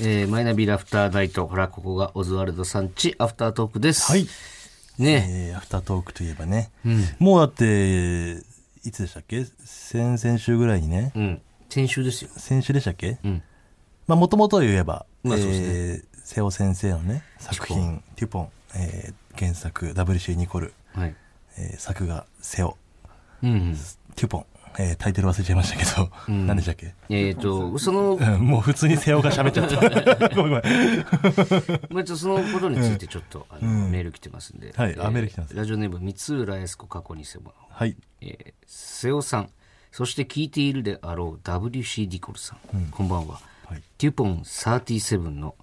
えーマイナビラフターナイト、ほら、ここがオズワルドさんち、アフタートークです。はい。ねえーアフタートークといえばね、もうだって、いつでしたっけ先々週ぐらいにね、うん。先週ですよ。先週でしたっけんまあ、もともと言えば、まあそうですねえー瀬尾先生のね、作品、テュポン、えー原作、WC ニコル、はい。えー作画、瀬尾、うん。テュポン、えータイトル忘れちゃいましたけど、何でしたっけえっ、と、その、うんもう普通に瀬尾が喋っちゃ った。ごめんごめん。まあ、ちょっとそのことについてちょっと、あのメール来てますんで。はいえあメール来てますラジオネーム、三浦康子過去にせもはい。えー瀬尾さん、そして聞いているであろう WC ディコルさん、こんばんは。はいテュポン37の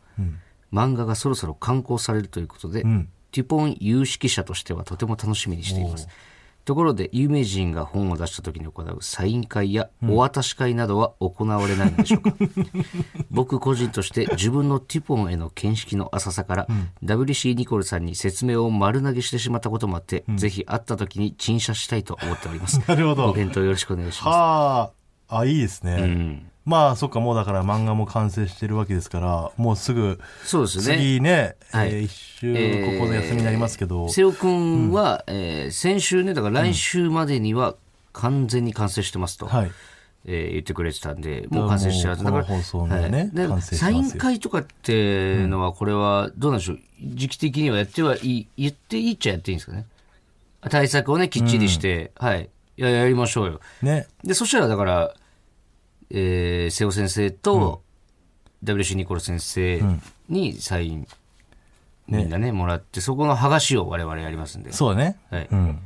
漫画がそろそろ刊行されるということで、テュポン有識者としてはとても楽しみにしています。ところで、有名人が本を出した時に行うサイン会やお渡し会などは行われないのでしょうか、僕個人として自分のテュポンへの見識の浅さから、WC ニコルさんに説明を丸投げしてしまったこともあって、ぜひ会った時に陳謝したいと思っており ます。なるほおど。弁当よろしくお願いします。はあ、あ、いいですね。うん、まあ、そっか、もうだから漫画も完成してるわけですから、もうすぐ、そうですね。次ね、はいえー一週、ここで休みになりますけど、瀬尾君は、えー先週ね、だから来週までには完全に完成してますと、はい。えー言ってくれてたんで、もう完成してるはずもうからこの放送にはねはいで完成してサますイよン会とかっていうのは、これはどうなんでしょう、時期的にはやってはいい、言っていいっちゃやっていいんですかね。対策をね、きっちりして、はい。いや、やりましょうよ。ね。で、そしたらだから、えー瀬尾先生と、WC ニコル先生にサイン、みんなね、もらって、そこの剥がしを我々やりますんで、そうだね。はいうん。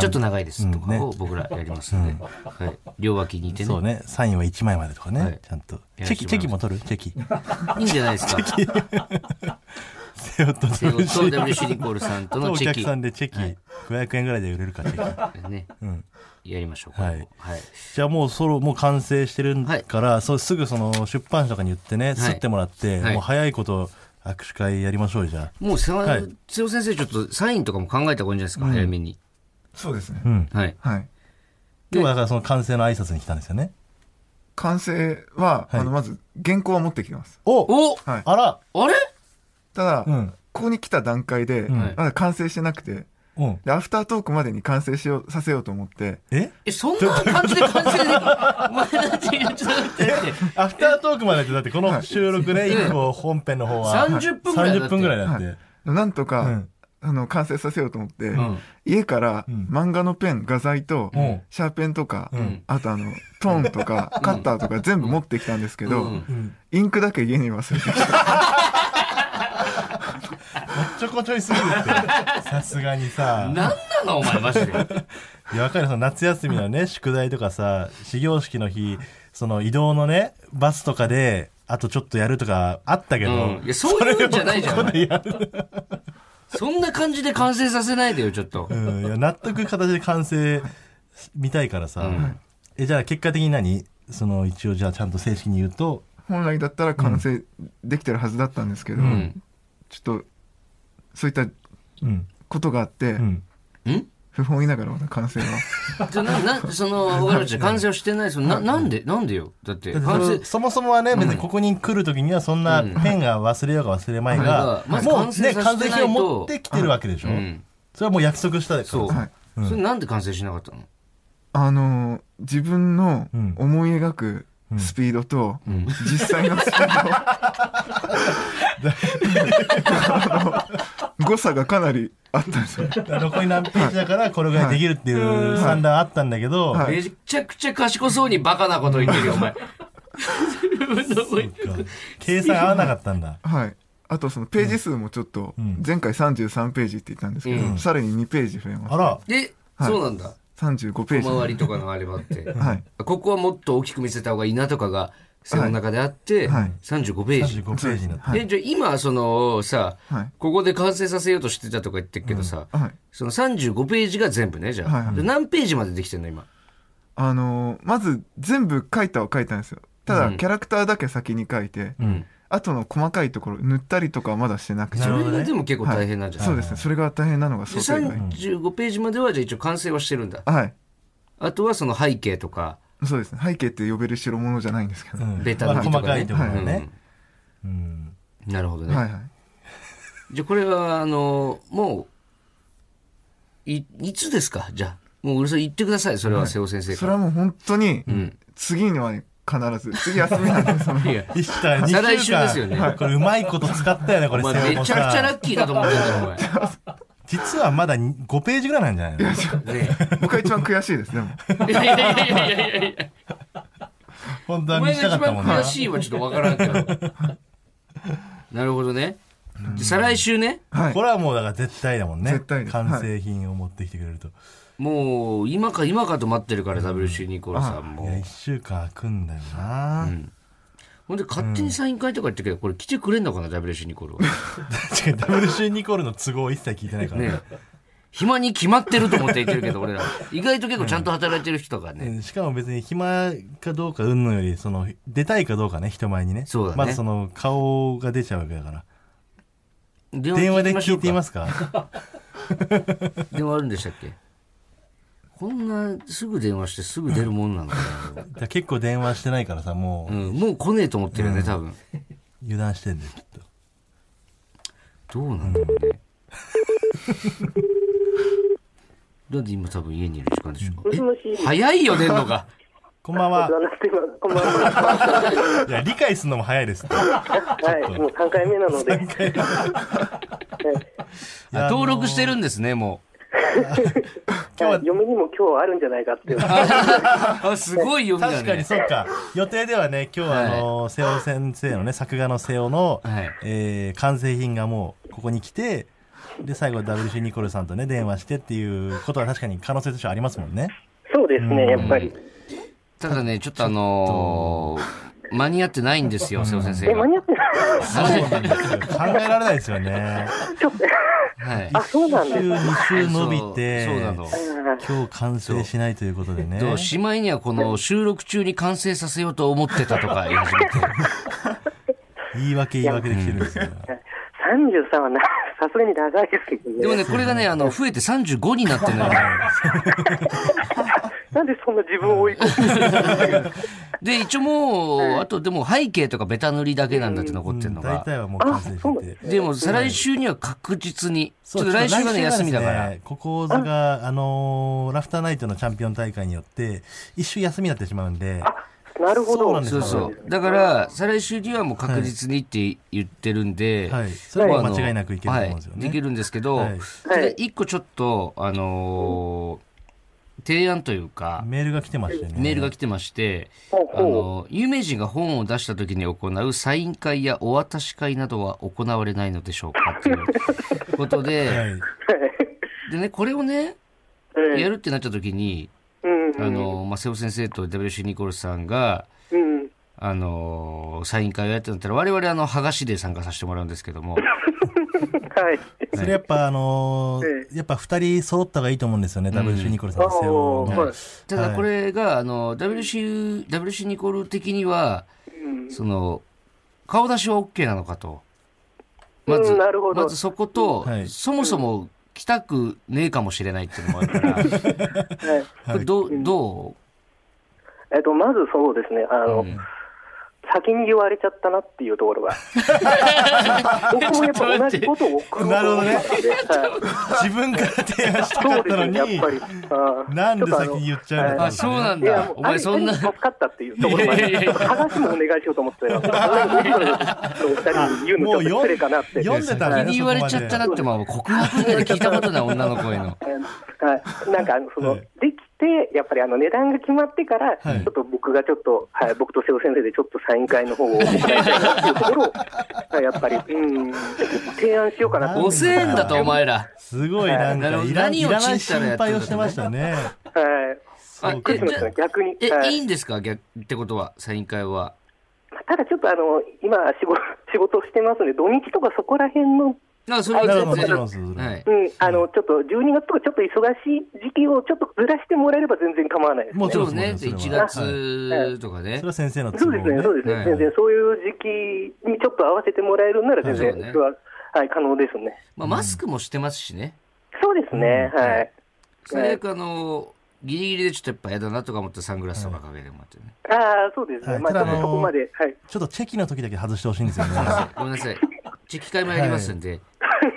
ちょっと長いですとかを僕らやりますんで、はい、両脇にいてそねう、ね。サインは1枚までとかね。はいちゃんと。やチェキ、してチもらいますェキも取るチェキ。いいんじゃない ですか。セオと瀬尾と WC WC ニコルさんととのおチェ客キさ、んでチェキ、500円ぐらいで売れるか、チェキ。ね、やりましょう。はいこれもはいじゃあもうそろもう完成してるから、そうすぐその出版社とかに言ってね、吸ってもらって、はいもう早いこと握手会やりましょうよじゃあ。もう瀬尾はい瀬尾先生、ちょっとサインとかも考えた方がいいんじゃないですか、早めに。そうですね。うん。はい。はい。今日はだからその完成の挨拶に来たんですよね。完成はは、いあの、まず、原稿は持ってきてます。おおはい。あらあれただ、うんここに来た段階で、んまだ完成してなくて、うん。で、アフタートークまでに完成しよう、させようと思って、 ええ、そんな感じで完成できるお前だって言っちゃって。アフタートークまでだって、だってこの収録ね、はい一個本編の方は。 30分ぐらいだって30分ぐらいだって。はいなんとか、うんあの、完成させようと思って、ん家から、ん漫画のペン、画材と、うんシャーペンとか、んあとあの、トーンとか、カッターとか全部持ってきたんですけど、うんうん。インクだけ家に忘れてき た。ちょこちょいすぎるっ て。さすがにさ。なんなのお前マジで。いや、わかる。その夏休みのね、宿題とかさ、始業式の日、その移動のね、バスとかで、あとちょっとやるとかあったけど、うんいやそういうんじゃないじゃんそれをここでやるそんな感じで完成させないでよ、ちょっと。うん、いや納得いく形で完成見たいからさ、うんえ、じゃあ結果的に何その一応じゃあちゃんと正式に言うと、本来だったら完成できてるはずだったんですけど、んちょっと、そういったうん、ことがあって、うん。ん不本意ながらまだ完成 は。じゃあな、な、その、わかりました。完成をしてない。そのな、なんで、なんでよ。だって、だって完そ成の、そもそもはね、別にここに来る時にはそんなペンが忘れようが忘れまいが、うんはいもまうずね、完完成させ成ない品とを持ってきてるわけでしょ、うん。それはもう約束したでしそうょ。はい。うんそれなんで完成しなかったのあのー自分のうん思い描くスピードと、ん実際のスピード、 あの誤差がかなりあったんですよ。だから残り何ページだからこれぐらいできるっていう算段あったんだけど、はいめちゃくちゃ賢そうにバカなこと言ってるよ、お前。 自分の思いそうか計算合わなかったんだ。はい。あとそのページ数もちょっとうん、前回33ページって言ったんですけど、うんさらに2ページ増えまあしら、で、はいそうなんだ。た。35ページ。小回りとかのあればあって。はい。ここはもっと大きく見せた方がいいなとかが、その中であって、はい35ページ。 35ページになった。はいえ、じゃあ今、その、さ、はいここで完成させようとしてたとか言ってるけどさ、はい。その35ページが全部ね、じゃあ。はいはいで何ページまでできてんの、今。あのーまず全部書いたは書いたんですよ。たうだ、んキャラクターだけ先に書いて、うん。あとの細かいところ、塗ったりとかはまだしてなくて。なそるほれどねがでも結構大変なんじゃない、そうですね。それが大変なのが想で定外。 35ページまではじゃあ一応完成はしてるんだ。はい。あとはその背景とか、そうですね。背景って呼べる代物じゃないんですけど。うんベタま塗ありと細かかね。いところね。うんうんなるほどね。はいはい。じゃあこれは、あの、もう、い、いつですかじゃあ。もう、うるさい、言ってください。それは、瀬尾先生そから。れはもう本当に、次にはね必ず、次休みなんで、その、いや、一した 二再来週週間ですよねはいこれうまいこと使ったよねこれお前めちゃくちゃラッキーだと思ってんだろ、実はまだ5ページぐらいなんじゃないのお前。ね僕が一番悔しいですね。もうえいやいやいやいやいやい や。本当おは見前したがかっ一た番もんな悔しいはちょっとわからんけど。 なるほどね。じゃあ再来週ね、はいこ。れはもうだから絶対だもんね絶対です完成品を持ってきてくれると、もう、今か今かと待ってるから、WC ニコルさんい、やも1。週間空くんだよな、ほんで、勝手にサイン会とか言ってるけど、これ来てくれんのかな、WC ニコルは。確かに WC ニコルの都合を一切聞いてないからねね 暇に決まってると思って言ってるけど、俺ら。意外と結構ちゃんと働いてる人とかうね。んしかも別に暇かどうかうんのよりその出たいかどうかね人前にねそうだねまずその顔が出ちゃうわけだから電電話でましょう聞いかていますか 電話あるんでしたっけこんなすぐ電話してすぐ出るもんなのかな。だから結構電話してないからさもう、うんもう来ねえと思ってるよね、多分。油断してんだよきっとどうなんだろうね。だって今多分家にいる時間でしょ。もしもし。え早いよ、出んの が。こんばんは旦那さんこんばんは。いや理解するのも早いですってはい、もう3回目なので。あ登録してるんですね、もう。はい嫁にも今日あるんじゃないかっていう。あ、すごいよ、みたいな。確かにそっか予定ではね今日はあの、瀬尾先生のね作画の瀬尾の、はいえー完成品がもうここに来てで最後 WC ニコルさんとね電話してっていうことは確かに可能性としてはありますもんねそうですね、やっぱり。ただね、ちょっとあのー間に合ってないんですよ、瀬尾先生え、が間。に合ってない考えられないですよねはい。 あ、そうなんです週ね。 2週伸びてそうそうなの。今日完成しないということでねとしまいにはこの収録中に完成させようと思ってたとか言い始めて。言い訳言い訳できてるんですよ33はな、さすがに長いですけどね。でもね、これがね、あの、増えて35になって るのよ。なんでそんな自分を追い込むで、一応もう、あとでも背景とかベタ塗りだけなんだって残ってるの大が。体はもう完成そうしてなんでてでも、再来週には確実に。ちょっと来週がね、休みだから。。ここが、あのーラフターナイトのチャンピオン大会によって、一周休みになってしまうんで、なるほそうなどんで。すそうそう。だから、再来週にはもう確実にって言ってるんで、はいそれはもうあの間違いなくいけると思うんですよねはいできるんですけど、はいただ一個ちょっと、あのー提案というか、メールが来てましてね。メールが来てまして、ほうあほの、有名人が本を出した時に行うサイン会やお渡し会などは行われないのでしょうかということ で、はい。でね、これをね、う。えやえるってなった時に、うんあの、まあ、瀬尾先生と WC ニコルさんが、うん。あの、サイン会をやってたら、我々あの、はがしで参加させてもらうんですけど も、はい。それやっぱあのーやっぱ二人揃った方がいいと思うんですよね、WC ニコルさんとセオおのー、はい。ただこれが、あの、WC、WC ニコル的には、うんその、顔出しは OK なのかと。まず、うんなるほどまずそこと、はいそもそも来たくねえかもしれないっていうのもあるから、こはい。れどう、どえっと、まずそうですね、あの、先に言われちゃったなっていうと ころが。僕もやっぱ同じことを送ろうと思ったんで。はい自分から提案したかそっうでたのすね、やっに、ぱり。あーなんで先に言っちゃうのうかあ、そうなんいや、だも。う、お前そんなある意、味助かったっていうところまいやいやいやで、話もお願いしようと 思ってたよ。お二人に言うのちょっと失礼かなって。もう読んでたんだ先に言われちゃったなって、まあ、告白以外で聞いたことない女の声の。はい、なんかあのその、はいできて、やっぱりあの値段が決まってから、はいちょっと僕がちょっと、はい、僕と瀬尾先生でちょっとサイン会の方を行いたいなっていうところを、はいやっぱり、うん、提案しようかなと思遅って、えんだと、お前ら。すごいなんか、いらいらない心配をしてましたね。はい、あクリスマスの逆に、え、はいいいんですか逆ってことは、サイン会は。ただちょっとあの今仕事、仕事をしてますので、土日とかそこら辺の、なんかそれなるはほど、も全ち然ろん、それはいうん、あのちょっと12月とかちょっと忙しい時期をちょっとずらしてもらえれば全然構わないです。もちそろんうね、それは1はい月とかねそれ。は先生の都そう合でですね、そうですはいね、全然そういう時期にちょっと合わせてもらえるなら、全はいそうね然、それは、はい、可能ですね。まあ、マスクもしてますしね。そうですね、はい。最悪あの、ギリギリでちょっとやっぱ嫌だなとか思ってサングラスとかかけてもらってね。ああ、そうですはね、いまあ、ちたょだっとそこまで、はい。ちょっとチェキの時だけ外してほしいんですよね。 ごめんなさい。チェキ会もやりますんで、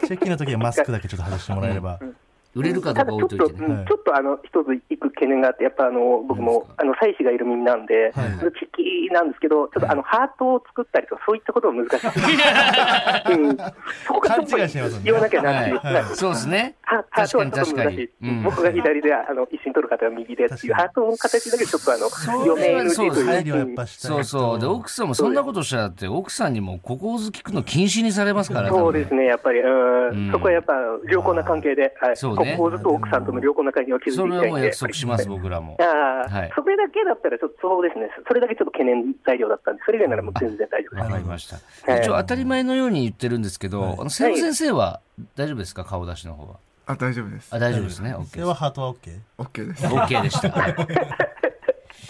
チェキの時はマスクだけちょっと外してもらえれば。売れるかどたうかだち置ょいとっと、いてね。うんちょっとあの一つ一個懸念があって、やっぱあの僕何でもすかあの妻子がいる身なんで、はいチェキなんですけど、ちょっとあのハートを作ったりとか、そういったことも難しい、うん、そこがちょっと勘違いしてますね言わなきゃなっていう、はいはいそうですね。ハハー確トかはにちょっと確か難しにい、。うん僕が左であの一心取る方が右でっていう、確かハにートの形だけちょっとあのそう余命のうちとそうい配う慮やっぱしたいそうそう。で、奥さんもそんなことしちゃって、奥さんにもここず聞くの禁止にされますからそうですね、やっぱり、うんうんそこはやっぱ良好な関係で、はい、そうこねこずっと奥さんとの良好な関係を築いていそきれたはいんもうで、約束します、僕らも。ああ、はいそれだけだったら、ちょっとそうですね、それだけちょっと懸念材料だったんで、それ以外ならもう全然大丈夫でわす。かりましたは。い一応当たり前のように言ってるんですけど、あの、瀬野先生は大丈夫ですか顔出しの方は。あ、大丈夫ですあ、。大丈夫ですね。OK そでれすは。ハートは OK? OK です。 OK でした。はい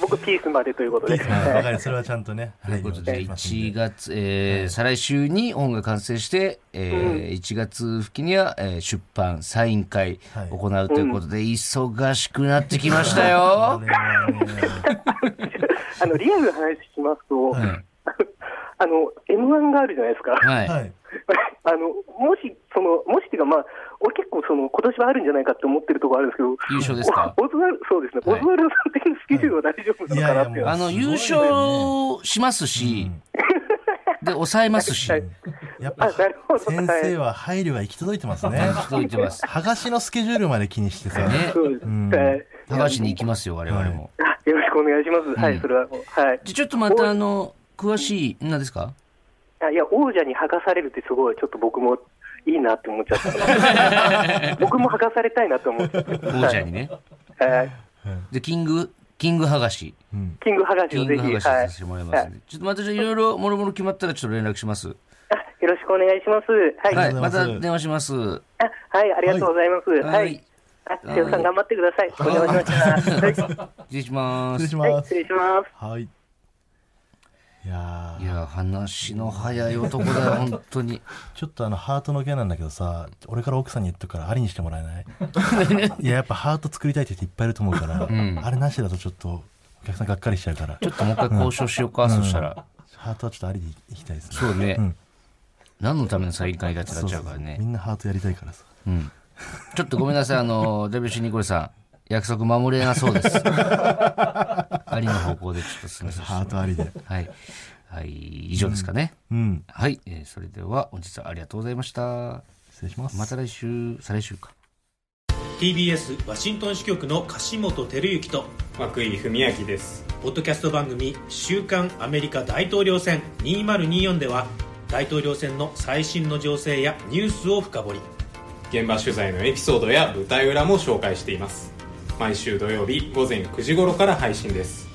僕、ピースまでということで。はいわかりそれはちゃんとね。ということで、配慮してい1き月、えー再来週に本が完成して、えー1月付近には、えー出版、サイン会はい行うということで、忙しくなってきましたますよん。で。これはねあの、リアルな話しますと、はい あの、M1 があるじゃないですか。は。はいい。 あの、もし、その、もしっていうか、まあ、俺結構その、今年はあるんじゃないかって思ってるところあるんですけど、優勝ですかおオズワルド、そうですね、はいオズワルドさん的にスケジュールは大丈夫なのかなっていうのはあの、すごいね優勝しますし、で、抑えますし、はいやっぱあなるほど先生は配慮が行き届いてますね。届いてます。はがしのスケジュールまで気にしてさ。ね。そうですうんはい高橋に行きますよ、我々も。あよろしくお願いします。はうんい、それはもう、はい。でちょっとまた、あの、詳しい、何ですかあいや、王者に剥がされるってすごい、ちょっと僕もいいなって思っちゃ った。僕も剥がされたいなって思っちゃった。王者にね。はいで、キング、キング剥がし。うんキング剥がしキをングぜひ、剥はがいしさせてもらいますんで。ちょっとまた、じゃあいろいろ、もろもろ決まったら、ちょっと連絡します。あよろしくお願いします。はい。はい、りまがとうたございます電話します。はあはい、ありがとうございます。い。はい。あ、瀬尾さん頑張ってください。お邪魔しました。はい失礼しま失礼しす。はい、ま失す。礼します。はい。いやいーや、話の早い男だよ、本当に。ちょっとあのハートの件なんだけどさ俺から奥さんに言っとくからありにしてもらえない いややっぱハート作りたいって人いっぱいいると思うから、んあれなしだとちょっとお客さんがっかりしちゃうからちょっともう一回交渉しようか、そしたら。ハートはちょっとありでいきたいですねそうね。うん何のためのサイン会だってなっそうちそゃううからそうねみ。んなハートやりたいからさうん。ちょっとごめんなさい、あの、WC ニコルさん。約束守れなそう です。ありの方向でちょっと進めさせハートありでて。はい。はい、以上ですかね。うんはい、えーそれでは本日はありがとうございました。失礼しますまた来週、再来週か。 TBS ワシントン支局の樫本照之と和久井文明ですポッドキャスト番組「週刊アメリカ大統領選2024」では大統領選の最新の情勢やニュースを深掘り現場取材のエピソードや舞台裏も紹介しています毎週土曜日午前9時頃から配信です